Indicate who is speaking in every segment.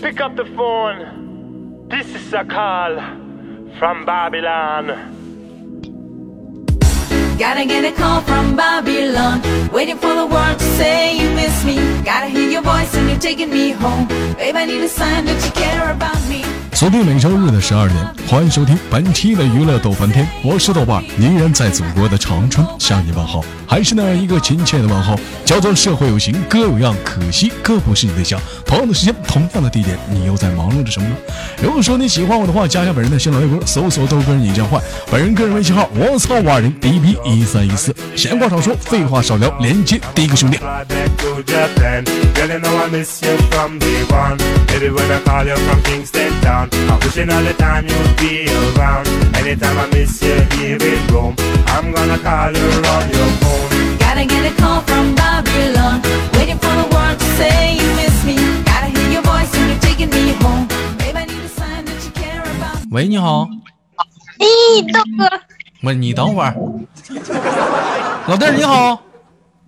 Speaker 1: pick up the phone. This is a call from Babylon.
Speaker 2: Gotta get a call from Babylon. Waiting for the world to say you miss me. Gotta hear your voice and you're taking me home. Babe, I need a sign that you care about me.
Speaker 3: 锁定每周日的十二点，欢迎收听本期的娱乐逗翻天，我是豆瓣儿，依然在祖国的长春向你问好，还是那样一个亲切的问候，叫做社会有型哥有样，可惜哥不是你对象。同样的时间，同样的地点，你又在忙碌着什么呢？如果说你喜欢我的话，加一下本人的新浪微博，搜索豆哥你真坏，本人个人微信号我操五二零 b b 一三一四，闲话少说，废话少聊，连接第一个兄弟。
Speaker 4: Fly back to Japan. Girl, you know I miss you from day one. Baby, when I call you from Kingston town, I'm wishing all the time you'd be around. Anytime I miss you here in Rome, I'm gonna call you on your phone.
Speaker 2: Gotta get a call from Babylon. Waiting for the world to say you miss me. Gotta hear your voice and you're taking me home. Babe, I need a sign that you care about me.
Speaker 5: 喂，你好，
Speaker 6: 咦，豆哥，
Speaker 5: 喂，你等会儿，老弟儿你好，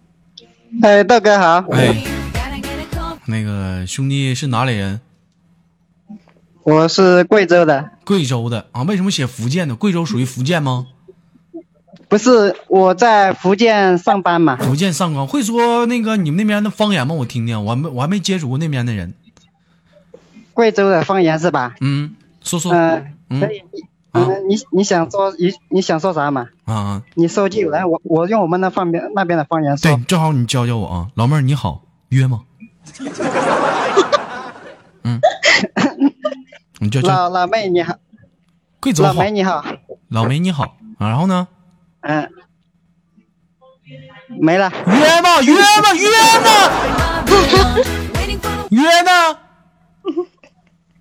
Speaker 7: 哎，豆哥好，
Speaker 5: 哎，
Speaker 2: Gotta get a call
Speaker 5: 那个呃兄弟是哪里人？
Speaker 7: 我是贵州的，
Speaker 5: 贵州的啊？为什么写福建呢？贵州属于福建吗？
Speaker 7: 不是我在福建上班嘛？
Speaker 5: 福建上高会说那个你们那边的方言吗？我听听，我还没我还没接触过那边的人。
Speaker 7: 贵州的方言是吧？
Speaker 5: 嗯，说说，
Speaker 7: 嗯、
Speaker 5: 嗯
Speaker 7: 可以，嗯、
Speaker 5: 啊
Speaker 7: 你你想说你你想说啥嘛？
Speaker 5: 啊，
Speaker 7: 你说就来，我我用我们那方面那边的方言
Speaker 5: 对
Speaker 7: 说。，
Speaker 5: 正好你教教我啊，老妹儿你好，约吗？ 嗯，你叫叫
Speaker 7: 老老妹你好，
Speaker 5: 贵州
Speaker 7: 老
Speaker 5: 好，
Speaker 7: 梅你好，
Speaker 5: 老梅你好，啊然后呢？
Speaker 7: 嗯、没了，
Speaker 5: 约吗？约吗？约呢？
Speaker 2: Babylon. Waiting for the
Speaker 5: 约呢？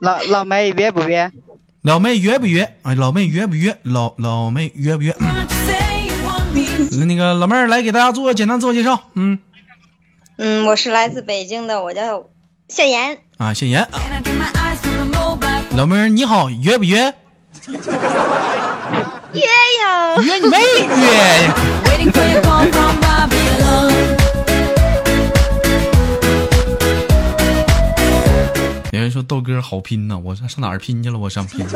Speaker 7: 老老梅约不约？
Speaker 5: 老妹约不约？哎，老妹约不约？老老妹约不约？嗯
Speaker 2: world to say you want me.
Speaker 5: 那个老妹儿来给大家做个简单自我介绍。嗯，
Speaker 6: 嗯，我是来自北京的，我叫夏言。
Speaker 5: 啊，谢言。
Speaker 2: And I turn my eyes to the mobile.
Speaker 5: 老妹儿你好，约不约？
Speaker 6: 耶呀！
Speaker 5: 约你妹约！
Speaker 2: Waiting for your call from Babylon.
Speaker 5: 有人说豆哥好拼呐、我上上哪儿拼去了？我上拼去。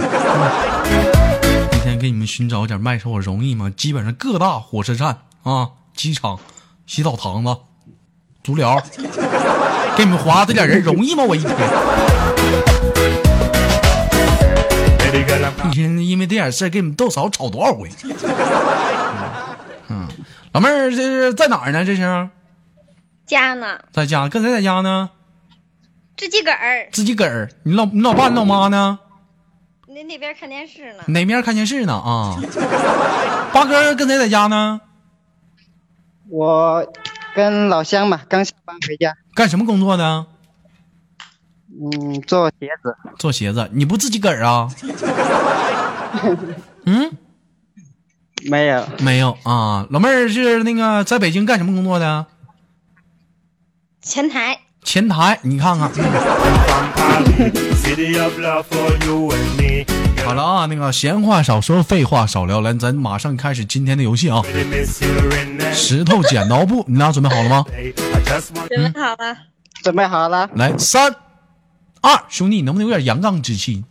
Speaker 5: 今天给你们寻找点卖手，我容易吗？基本上各大火车站啊、机场、洗澡堂子、足疗，给你们划这点人容易吗？我一天。
Speaker 4: Baby girl, I'm
Speaker 5: 一天因为这点事儿给你们豆嫂吵多少回？嗯，老妹儿这是在哪儿呢？这是
Speaker 6: 家呢？
Speaker 5: 在家，跟谁在家呢？
Speaker 6: 自己个儿，
Speaker 5: 自己个儿。你老你老爸你老妈呢？
Speaker 6: 那那边看电视呢。
Speaker 5: 哪面看电视呢？啊，八哥儿跟谁在家呢？
Speaker 7: 我跟老乡嘛，刚下班回家，
Speaker 5: 干什么工作呢？
Speaker 7: 嗯，做鞋子，
Speaker 5: 做鞋子。你不自己个儿啊？ 嗯，
Speaker 7: 没有，
Speaker 5: 没有啊。老妹儿是那个在北京干什么工作的？
Speaker 6: 前台，
Speaker 5: 前台，你看 看。
Speaker 4: from Paris, city of love for you and me. Girl,
Speaker 5: 好了啊，那个闲话少说，废话少聊，来，咱马上开始今天的游戏啊。
Speaker 4: I really miss you in that
Speaker 5: 石头剪刀布，你俩准备好了吗？
Speaker 4: day. I just want
Speaker 6: 准备好啊了。
Speaker 7: 准备好了，
Speaker 5: 来，三、二，兄弟，你能不能有点阳刚之气？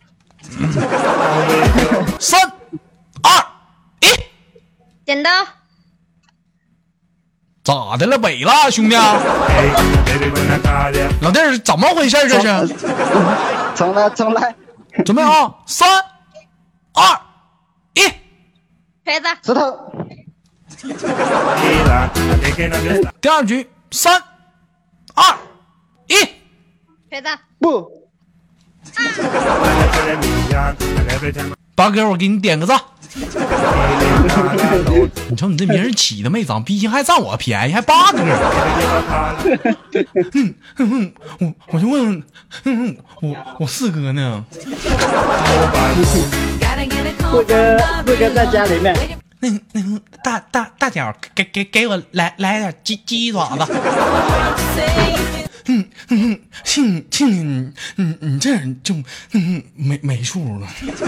Speaker 5: 三、二、一，
Speaker 6: 剪刀，
Speaker 5: 咋的了？北了，兄弟，
Speaker 4: you, baby, when I call you.
Speaker 5: 老弟儿，怎么回事儿？这是？
Speaker 7: 重来重来，
Speaker 5: 准备啊，三、二、一，
Speaker 6: 锤子，
Speaker 7: 石头，
Speaker 4: Kila, I'm thinking of your
Speaker 5: 第二局，三、二、一，
Speaker 6: 锤子，
Speaker 7: 不，
Speaker 4: telling me on, and every time
Speaker 5: 八哥，我给你点个赞。
Speaker 4: I feel it, all alone.
Speaker 5: 你瞅你这名儿起的没长，毕竟还占我便宜，还八哥。嗯，我我就问问，嗯，我我四哥呢？
Speaker 2: Gotta get a call from
Speaker 7: 四哥四哥
Speaker 2: Babylon.
Speaker 7: 在家里面，
Speaker 5: 那那个大大大脚，给给给我来来点鸡鸡爪子。
Speaker 2: Say you miss
Speaker 5: 嗯嗯，庆庆庆，你你这人就嗯没没数了。
Speaker 2: me. Gotta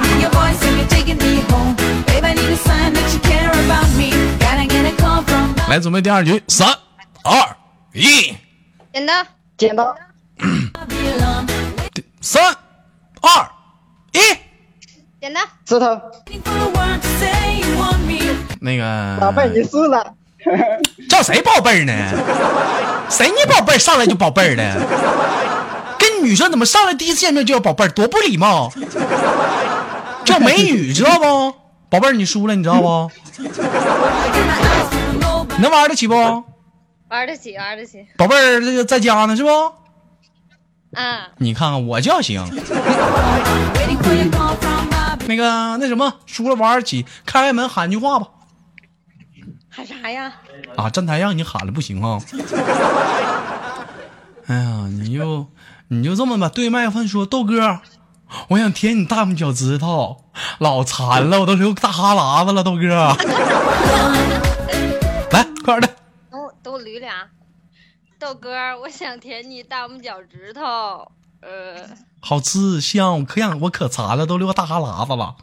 Speaker 2: hear your voice and you're taking me home. Babe, I need a sign that you care about me. Gotta get a call from
Speaker 5: 来，准备第二局，三二一，
Speaker 6: 剪刀，
Speaker 7: 剪刀，
Speaker 2: Babylon.
Speaker 5: 三、二、一，
Speaker 6: 简单，
Speaker 7: 石头，
Speaker 5: 那
Speaker 7: 宝贝，你
Speaker 5: 个
Speaker 7: 输了。嗯
Speaker 5: 叫谁宝贝儿呢？谁你宝贝儿上来就宝贝儿的？跟女生怎么上来第一次见面就要宝贝儿，多不礼貌！叫美女知道不？宝贝儿，你输了，你知道不？你能玩得起不？
Speaker 6: 玩得起，玩得起
Speaker 5: 宝贝儿，这个在家呢是不？
Speaker 6: 啊！
Speaker 5: 你看看我就要行。那个那什么，输了玩儿起，开开门喊句话吧。
Speaker 6: 喊啥呀？
Speaker 5: 啊，站台让你喊了不行啊！ 哎呀，你就你就这么吧，对麦克风说，豆哥，我想舔你大拇脚趾头，老馋了，我都流大哈喇子了，豆哥。来，快点的，
Speaker 6: 等我等我捋俩。豆哥儿，我想舔你大拇脚趾头，呃，
Speaker 5: 好吃香，我可想我可馋了，都流大哈喇子了。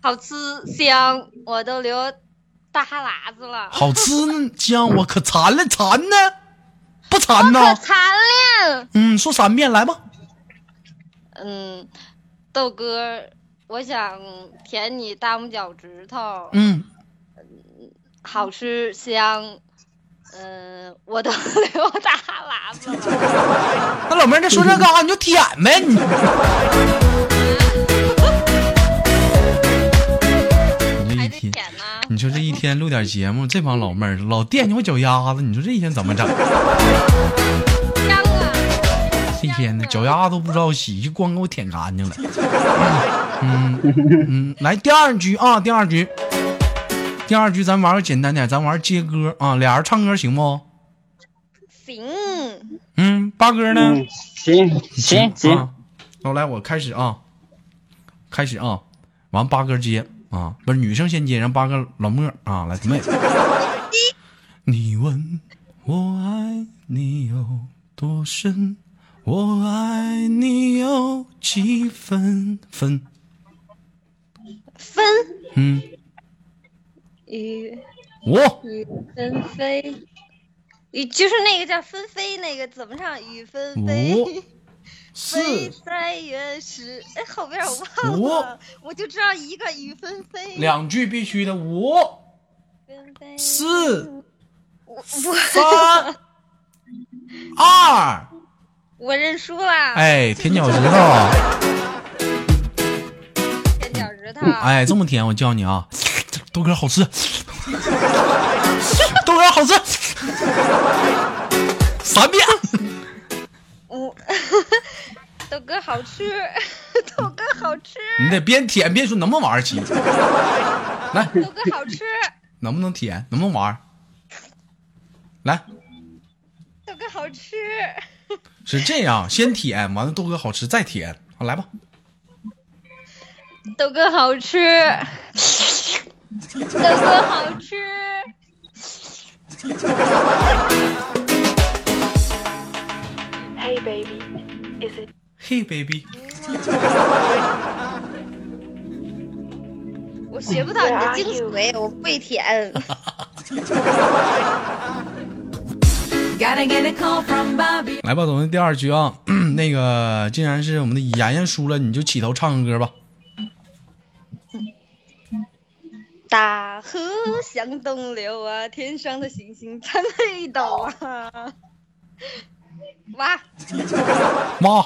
Speaker 6: 好吃香，我都流大哈喇子了，
Speaker 5: 好吃香，我可馋了，馋呢？不馋呢？
Speaker 6: 哦可馋了。
Speaker 5: 嗯，说三遍来吧。
Speaker 6: 嗯，豆哥儿，我想舔你大拇脚趾头，
Speaker 5: 嗯，
Speaker 6: 好吃香，嗯、我都 流大哈喇子了。
Speaker 5: 那老妹儿，那说这干啥？你就舔呗，你。
Speaker 6: 还
Speaker 5: 你这
Speaker 6: 得
Speaker 5: 一天，
Speaker 6: 舔呢、
Speaker 5: 你说这一天录点节目，这帮老妹儿老惦记我脚丫子，你说这一天怎么整？
Speaker 6: 香啊！
Speaker 5: 这一天的脚丫子都不知道洗，就光给我舔干净了。嗯嗯，来第二局啊，第二局，第二局咱玩个简单点，咱玩接歌啊，俩人唱歌行不？
Speaker 6: 行，
Speaker 5: 嗯，八哥呢？
Speaker 7: 嗯，行行行
Speaker 5: 啊，那我来，我开始啊，开始啊，完八哥接啊，不是女生先接，让八哥老莫啊来，妹，你问我爱你有多深，我爱你有几分分，
Speaker 6: 分
Speaker 5: 嗯，
Speaker 6: 雨
Speaker 5: 五
Speaker 6: 雨纷飞，雨就是那个叫纷飞那个怎么唱？雨纷
Speaker 5: 五
Speaker 6: 飞，
Speaker 5: 四
Speaker 6: 飞在原始。哎，后边我忘
Speaker 5: 五
Speaker 6: 了，我就知道一个雨纷飞。
Speaker 5: 两句必须的，五
Speaker 6: 纷飞，
Speaker 5: 四三二。
Speaker 6: 我认输啦！，
Speaker 5: 哎，舔脚趾头，
Speaker 6: 舔脚趾头。
Speaker 5: 哎，这么舔，我教你啊，豆哥好吃，豆哥好吃，三遍，
Speaker 6: 我豆哥好吃，豆哥好吃，
Speaker 5: 你得边舔边说能不能玩儿起，来，
Speaker 6: 豆哥好吃，
Speaker 5: 能不能舔，能不能玩儿？来，
Speaker 6: 豆哥好吃，
Speaker 5: 是这样，先舔，完了豆哥好吃，再舔，好来吧，
Speaker 6: 豆哥好吃，豆哥好吃，
Speaker 8: Hey baby, is it
Speaker 5: 嘿，baby，
Speaker 6: 我学不到你的精髓，我不会舔。
Speaker 2: Gotta get a call from Bobby.
Speaker 5: 来吧，咱们第二局啊，那个既然是我们的妍妍输了，你就起头唱个歌吧，
Speaker 6: 大河向东流啊，天上的星星参北斗啊。哇，
Speaker 5: 妈，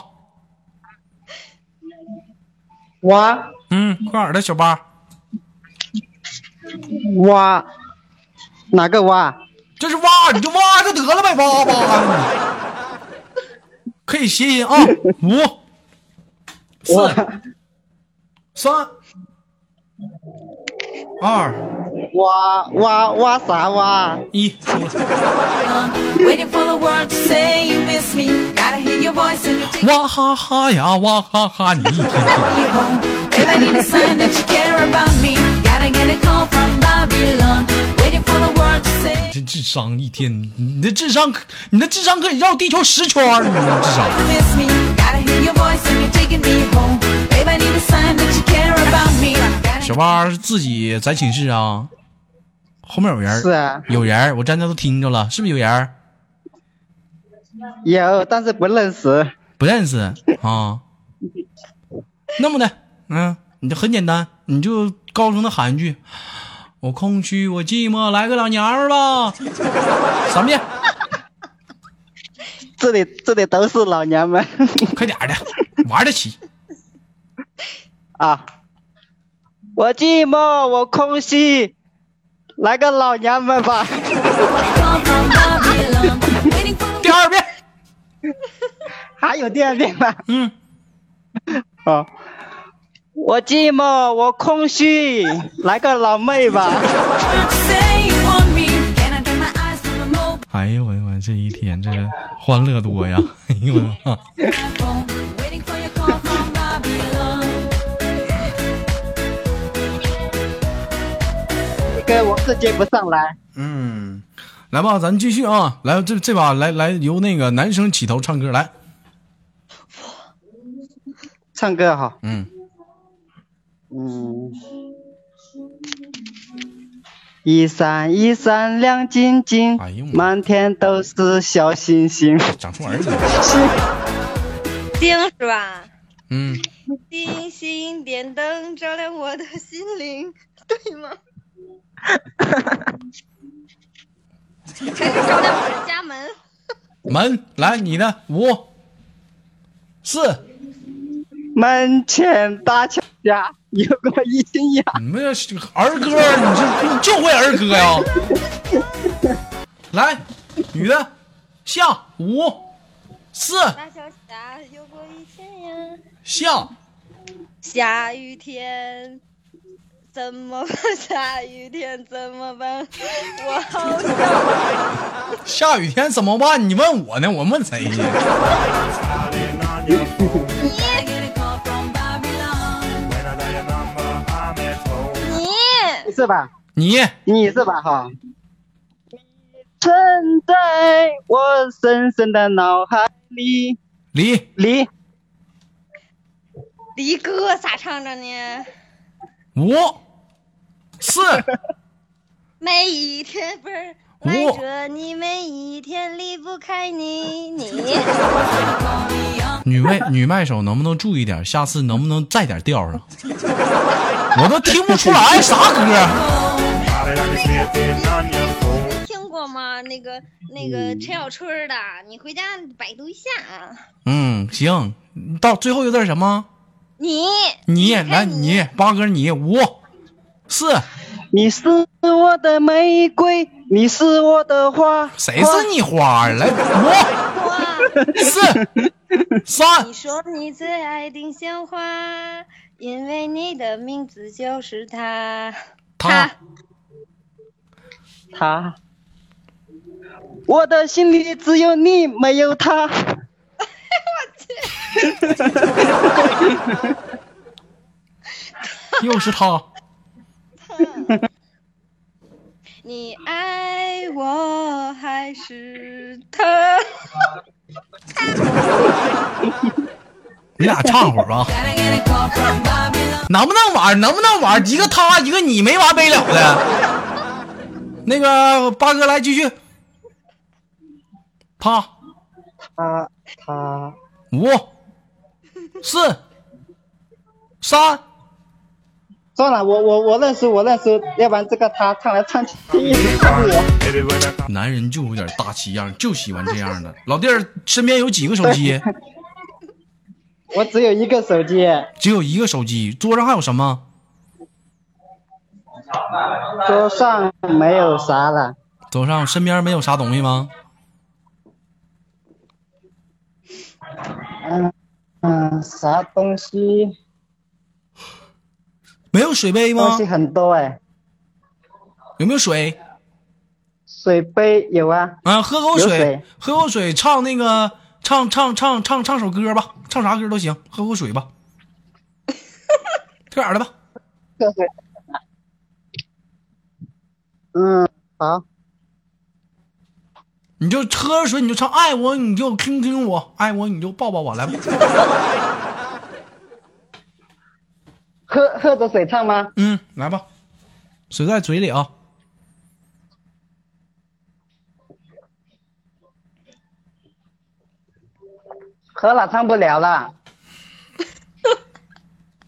Speaker 7: 我
Speaker 5: 嗯，快点儿的小八。
Speaker 7: 我哪个挖？
Speaker 5: 这是挖，你就挖就得了呗，挖挖。可以谐音啊，五、
Speaker 7: 我
Speaker 5: 四、三、二、
Speaker 7: 我挖挖啥挖？
Speaker 5: 一，输了。
Speaker 2: Waiting for the word to say you miss me. Gotta hear your voice and you're taking
Speaker 5: 哇哈哈呀，哇哈哈！你一天天
Speaker 2: me home. If I need a sign that you care about me, gotta get a call from Babylon. Waiting for the word to say
Speaker 5: 这智商一天，你的智商可，你的智商可以绕地球十圈儿，你的智商。
Speaker 2: you miss me. Gotta hear your voice and you're taking me home. Babe, I need a sign that you care about me. Gotta
Speaker 5: 小八自己在寝室啊，后面有人儿，
Speaker 7: 是啊
Speaker 5: 有人儿，我站那都听着了，是不是有人儿？
Speaker 7: 有，但是不认识。
Speaker 5: 不认识啊？那么的，嗯，你就很简单，你就高声的喊一句：“我空虚，我寂寞，来个老娘们儿吧！” 三遍，
Speaker 7: 这里这里都是老娘们
Speaker 5: 快点儿的，玩得起。
Speaker 7: 啊！我寂寞，我空虚，来个老娘们吧！
Speaker 2: Come from Babylon, waiting for the
Speaker 5: 第二遍，
Speaker 7: 还有第二遍吗？
Speaker 5: 嗯，
Speaker 7: 啊！我寂寞，我空虚，来个老妹吧！
Speaker 2: word to say you want me. Can I turn my eyes to the mobile
Speaker 5: 哎呦我的妈，这一天这欢乐多呀！哎呦我的妈，
Speaker 2: phone? Waiting for your call from Babylon.
Speaker 7: 这个我是接不上来。
Speaker 5: 嗯，来吧，咱继续啊，来这这把来来由那个男生起头唱歌来，
Speaker 7: 唱歌哈，
Speaker 5: 嗯，
Speaker 7: 嗯。一闪一闪亮晶晶
Speaker 5: 哎呦，
Speaker 7: 满天都是小星星。
Speaker 5: 长出儿子了，
Speaker 6: 星是吧？
Speaker 5: 嗯，
Speaker 6: 星星点灯，照亮我的心灵，对吗？还是照亮我的家门？
Speaker 5: 门来你的五四。
Speaker 7: 门前大桥下有个一心眼，
Speaker 5: 你们这儿歌，你这就会儿歌呀？ 来，女的，下五四
Speaker 6: 大桥下有过一天呀，
Speaker 5: 下，
Speaker 6: 下雨天。怎么办？下雨天怎么办？我好想
Speaker 5: 下雨天怎么办？你问我呢，我问谁去？
Speaker 4: Calling on your phone.
Speaker 2: I get a call from Babylon.
Speaker 4: When I dial your number, I'm at home.
Speaker 6: 你。
Speaker 7: 你是吧？
Speaker 5: 你
Speaker 7: 你是吧？哈。你存在我深深的脑海里，
Speaker 5: 离
Speaker 7: 里
Speaker 6: 离歌咋唱着呢？
Speaker 5: 五四
Speaker 6: 每一天不是
Speaker 5: 哦
Speaker 6: 赖着你，每一天离不开你，你
Speaker 5: 女麦女麦手能不能注意点？下次能不能再点调上？ 我都听不出来啥歌，啊
Speaker 4: Calling on your sleeping on your phone.
Speaker 6: 听过吗？那个那个陈小春儿的，你回家百度一下啊。
Speaker 5: 嗯，行，到最后一个字儿什么？
Speaker 6: 你
Speaker 5: 你
Speaker 6: 看
Speaker 5: 来你八哥你五四
Speaker 7: 你是我的玫瑰，你是我的花。
Speaker 5: 谁是你花儿？来五
Speaker 6: 哇，
Speaker 5: 四三啊
Speaker 6: 你说你最爱丁香花，因为你的名字就是它。
Speaker 5: 他
Speaker 7: 他，我的心里只有你，没有他。
Speaker 5: 又是他，
Speaker 6: 你爱我还是他？
Speaker 5: 你俩唱会儿吧，
Speaker 2: Gotta get a call from Babylon.
Speaker 5: 能不能玩？能不能玩？一个他，一个你，没完没了的。那个八哥来继续，他
Speaker 7: 他他
Speaker 5: 五四三
Speaker 7: 算了，我我我认输，我认输，要不然这个他唱来唱去
Speaker 4: Baby, when I call
Speaker 5: 男人就有点大气样，就喜欢这样的。老弟儿身边有几个手机？
Speaker 7: 我只有一个手机，
Speaker 5: 只有一个手机，桌上还有什么？
Speaker 7: 桌上没有啥了，
Speaker 5: 桌上身边没有啥东西吗？
Speaker 7: 嗯，啥东西
Speaker 5: 没有水杯
Speaker 7: 东
Speaker 5: 吗
Speaker 7: 西？很多哎，
Speaker 5: 有没有水？
Speaker 7: 水杯有啊，
Speaker 5: 啊，喝口
Speaker 7: 有水
Speaker 5: 喝口水，唱那个，唱唱唱唱唱首歌吧，唱啥歌都行，喝口水吧。 跳远了吧？
Speaker 7: 这是，嗯，好，
Speaker 5: 你就喝水，你就唱爱我，你就听听我，爱我你就抱抱我，来吧。
Speaker 7: 喝喝着水唱吗？
Speaker 5: 嗯，来吧，水在嘴里啊。
Speaker 7: 喝了唱不了了，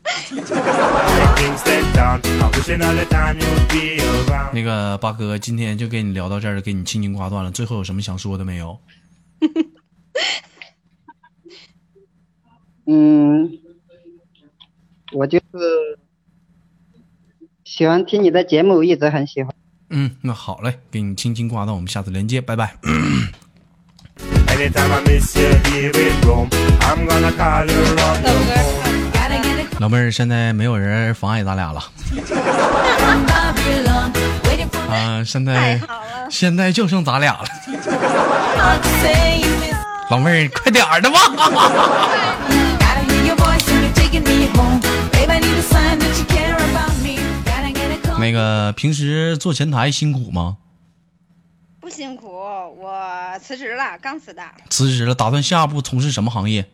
Speaker 4: From Kingston down, I'm wishing all the time you'd be around.
Speaker 5: 那个八哥，今天就给你聊到这儿，给你轻轻挂断了。最后有什么想说的没有？
Speaker 7: 嗯，我就是喜欢听你的节目，一直很喜欢。
Speaker 5: 嗯，那好嘞，给你轻轻挂断，我们下次连接，拜拜。
Speaker 4: Anytime I miss you here in Rome, I'm gonna call you on the phone.
Speaker 2: Gotta get it
Speaker 5: 老妹儿，现在没有人妨碍咱俩了
Speaker 2: from Babylon. Waiting for the
Speaker 5: 啊、现
Speaker 6: 太
Speaker 5: 在
Speaker 6: 好了，
Speaker 5: 现在就剩咱俩了。
Speaker 2: heart to say you miss me.
Speaker 5: 老妹儿，快点儿的吧。
Speaker 2: Gotta hear your voice and you're taking me home. Babe, I need a sign that you care about me. Gotta get it
Speaker 5: 那个平时做前台辛苦吗？
Speaker 6: 不辛苦，我辞职了，刚辞的。
Speaker 5: 辞职了，打算下一步从事什么行业？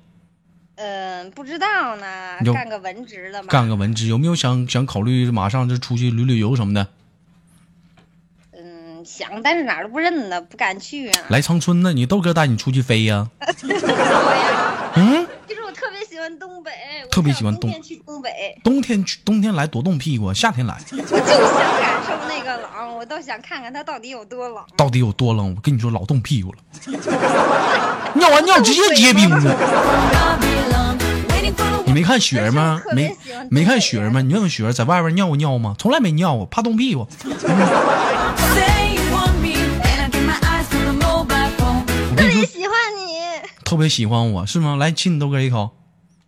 Speaker 6: 嗯，不知道呢
Speaker 5: 有，
Speaker 6: 干个文职的嘛。
Speaker 5: 干个文职？有没有想想考虑马上就出去旅旅游什么的？
Speaker 6: 嗯，想，但是哪儿都不认得，不敢去啊。
Speaker 5: 来长春呢？你豆哥带你出去飞呀、
Speaker 6: 其实我特别喜欢东北，我
Speaker 5: 特别
Speaker 6: 想
Speaker 5: 喜欢东
Speaker 6: 冬天去东北，
Speaker 5: 冬天去，冬天来多冻屁股啊，夏天来
Speaker 6: 我就想感受那个冷，我倒想看看它到底有多冷。
Speaker 5: 到底有多冷？我跟你说，老冻屁股 了。尿完尿直接结冰 了，
Speaker 2: from Babylon. Waiting for the
Speaker 5: 你没看雪儿吗
Speaker 6: 我？特别
Speaker 5: 没
Speaker 6: 喜欢
Speaker 5: 没看雪儿吗？你问问雪儿在外边尿过尿吗？从来没尿过，怕冻屁股。
Speaker 2: heart to say you want me. And I dream my eyes from the mobile phone.
Speaker 5: 我
Speaker 6: 特
Speaker 5: 跟你
Speaker 6: 别
Speaker 5: 说，
Speaker 6: 喜欢你，
Speaker 5: 特别喜欢我是吗？来亲你豆哥一口。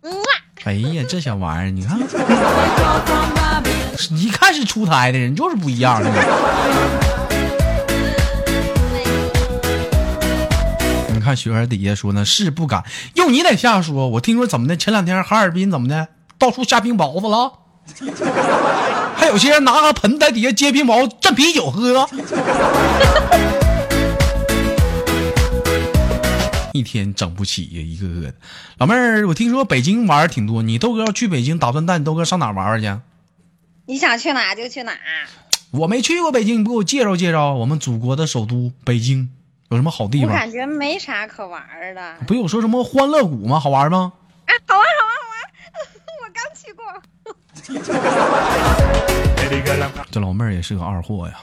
Speaker 6: 嗯哇，
Speaker 5: 哎呀，这小玩意儿，你看，
Speaker 2: We call from Babylon.
Speaker 5: 是一看是出胎的人，就是不一样你看雪儿底下说呢，是不敢，用你在下说，我听说怎么的，前两天哈尔滨怎么的，到处下冰雹子 了，还有些人拿个盆在底下接冰雹蘸啤酒喝，一天整不起呀，一个个的。老妹儿，我听说北京玩儿挺多，你豆哥要去北京，打算带你豆哥上哪儿玩玩去？
Speaker 6: 你想去哪儿就去哪儿。
Speaker 5: 我没去过北京，你不给我介绍介绍我们祖国的首都北京有什么好地
Speaker 6: 我
Speaker 5: 方？
Speaker 6: 感觉没啥可玩儿的。啊，
Speaker 5: 不有说什么欢乐谷吗？好玩吗？
Speaker 6: 好玩好玩好玩， 我刚去过。
Speaker 4: Baby girl, I'm
Speaker 5: 这老妹儿也是个二货呀！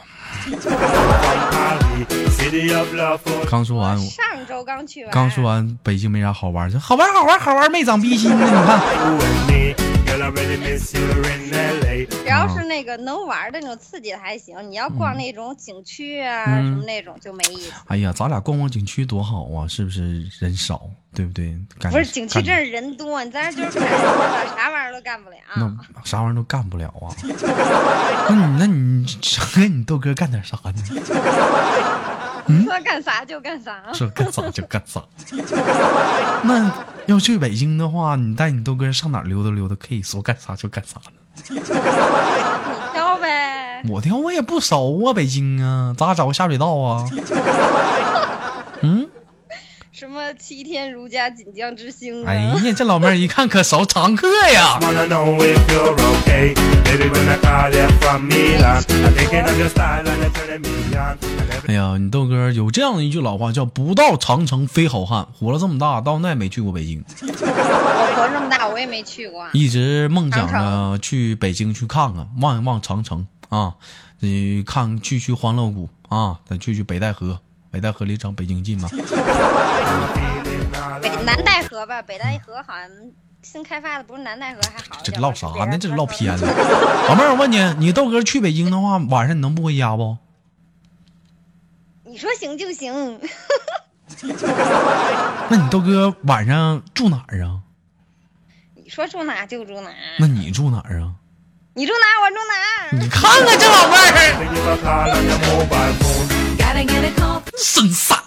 Speaker 4: from Cali, city of love for
Speaker 5: 刚说完，我
Speaker 6: 上周刚去完。
Speaker 5: 刚说完北京没啥好玩的，好玩好玩好玩，没长逼心呢。你看，
Speaker 4: you and me. Girl, I really miss you in LA.
Speaker 6: 只要是那个能玩的那种刺激的还行，你要
Speaker 5: 嗯
Speaker 6: 逛那种景区啊、什么那种就没意思。
Speaker 5: 哎呀，咱俩逛逛景区多好啊，是不是？人少，对不对？感
Speaker 6: 不
Speaker 5: 觉
Speaker 6: 是景区
Speaker 5: 感觉
Speaker 6: 这儿啊人多，你在那就是看人了，啥玩意儿都干不了。
Speaker 5: 那啥玩意儿都干不了啊。那你那你想跟你豆哥干点啥呢？嗯
Speaker 6: 说干啥就干啥。
Speaker 5: 说干啥就干啥。 那要去北京的话，你带你豆哥上哪儿溜达溜达，可以说干啥就干啥呢？
Speaker 6: 你挑呗，
Speaker 5: 我听我也不熟啊，北京啊，咱俩找个下水道啊。 嗯，
Speaker 6: 什么七天如家锦江之星啊，
Speaker 5: 哎呀，这老妹儿一看可熟，常客呀。
Speaker 4: Wanna know if you're okay, baby? When I call you from Milan, I'm thinking of your style and you're turning me on. And every
Speaker 5: 哎呀，你豆哥有这样的一句老话叫“不到长城非好汉”，活了这么大，到现在没去过北京，
Speaker 6: 我活这么大我也没去过。啊
Speaker 5: 一直梦想
Speaker 6: 长
Speaker 5: 着去北京去看看，望一望长城啊，你看去去欢乐谷啊，再去去北戴河，北戴河离咱北京近吗？
Speaker 6: 北南戴河吧，北戴河好像新开发的，不是南戴河还好一
Speaker 5: 这
Speaker 6: 点。
Speaker 5: 唠啥呢？这唠偏了。老妹儿，我问你，你豆哥去北京的话，晚上你能不回家不？
Speaker 6: 你说行就行，
Speaker 5: 那你豆哥晚上住哪儿啊？
Speaker 6: 你说住哪就住哪，
Speaker 5: 那你住哪儿啊？
Speaker 6: 你住哪我住哪。
Speaker 5: 你看看这老妹儿，
Speaker 4: thing you call on your mobile phone.
Speaker 2: Gotta get it call from
Speaker 5: 真傻，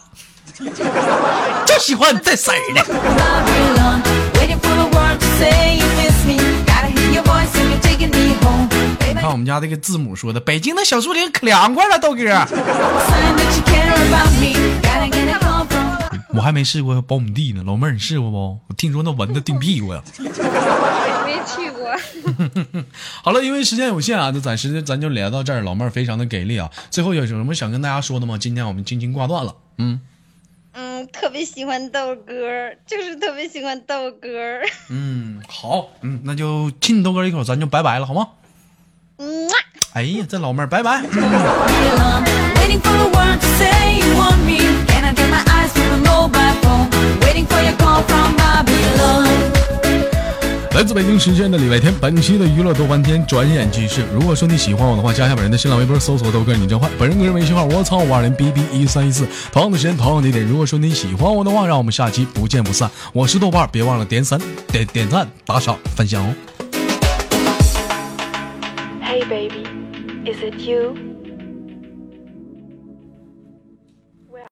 Speaker 5: 就喜欢你这色儿的。
Speaker 2: Babylon. Waiting for the world to say you miss me. Gotta hear your voice and you're taking me home. Babe,
Speaker 5: 看
Speaker 2: I
Speaker 5: 我们家这个字母说的，北京的小树林可凉快了，豆哥。
Speaker 2: need a sign that you care about me. Gotta get it call from
Speaker 5: 我还没试过苞米地呢，老妹儿你试过不？我听说那蚊子叮屁股呀。
Speaker 6: 我没去过，
Speaker 5: 好了，因为时间有限啊，就暂时咱就聊到这儿。老妹儿非常的给力啊，最后有什么想跟大家说的吗？今天我们轻轻挂断了，嗯。
Speaker 6: 嗯，特别喜欢豆哥儿，就是特别喜欢豆哥儿。
Speaker 9: 嗯，好，嗯，那就亲豆哥一口，咱就拜拜了，好吗？
Speaker 6: 嗯，
Speaker 9: 哎呀，这老妹儿，拜拜。
Speaker 2: Babylon, waiting for a word to say you want me. Can I get my eyes from a mobile phone? Waiting for your call from Babylon.
Speaker 5: 来自北京时间的礼拜天，本期的娱乐豆翻天转眼即逝。如果说你喜欢我的话，加一下本人的新浪微博，搜索豆哥你真坏。本人个人微信号：我操五二零 b b 一三一四。同样的时间，同样的地点。如果说你喜欢我的话，让我们下期不见不散。我是豆瓣儿，别忘了点三点点赞、打赏、分享哦。
Speaker 8: Hey baby, is it you?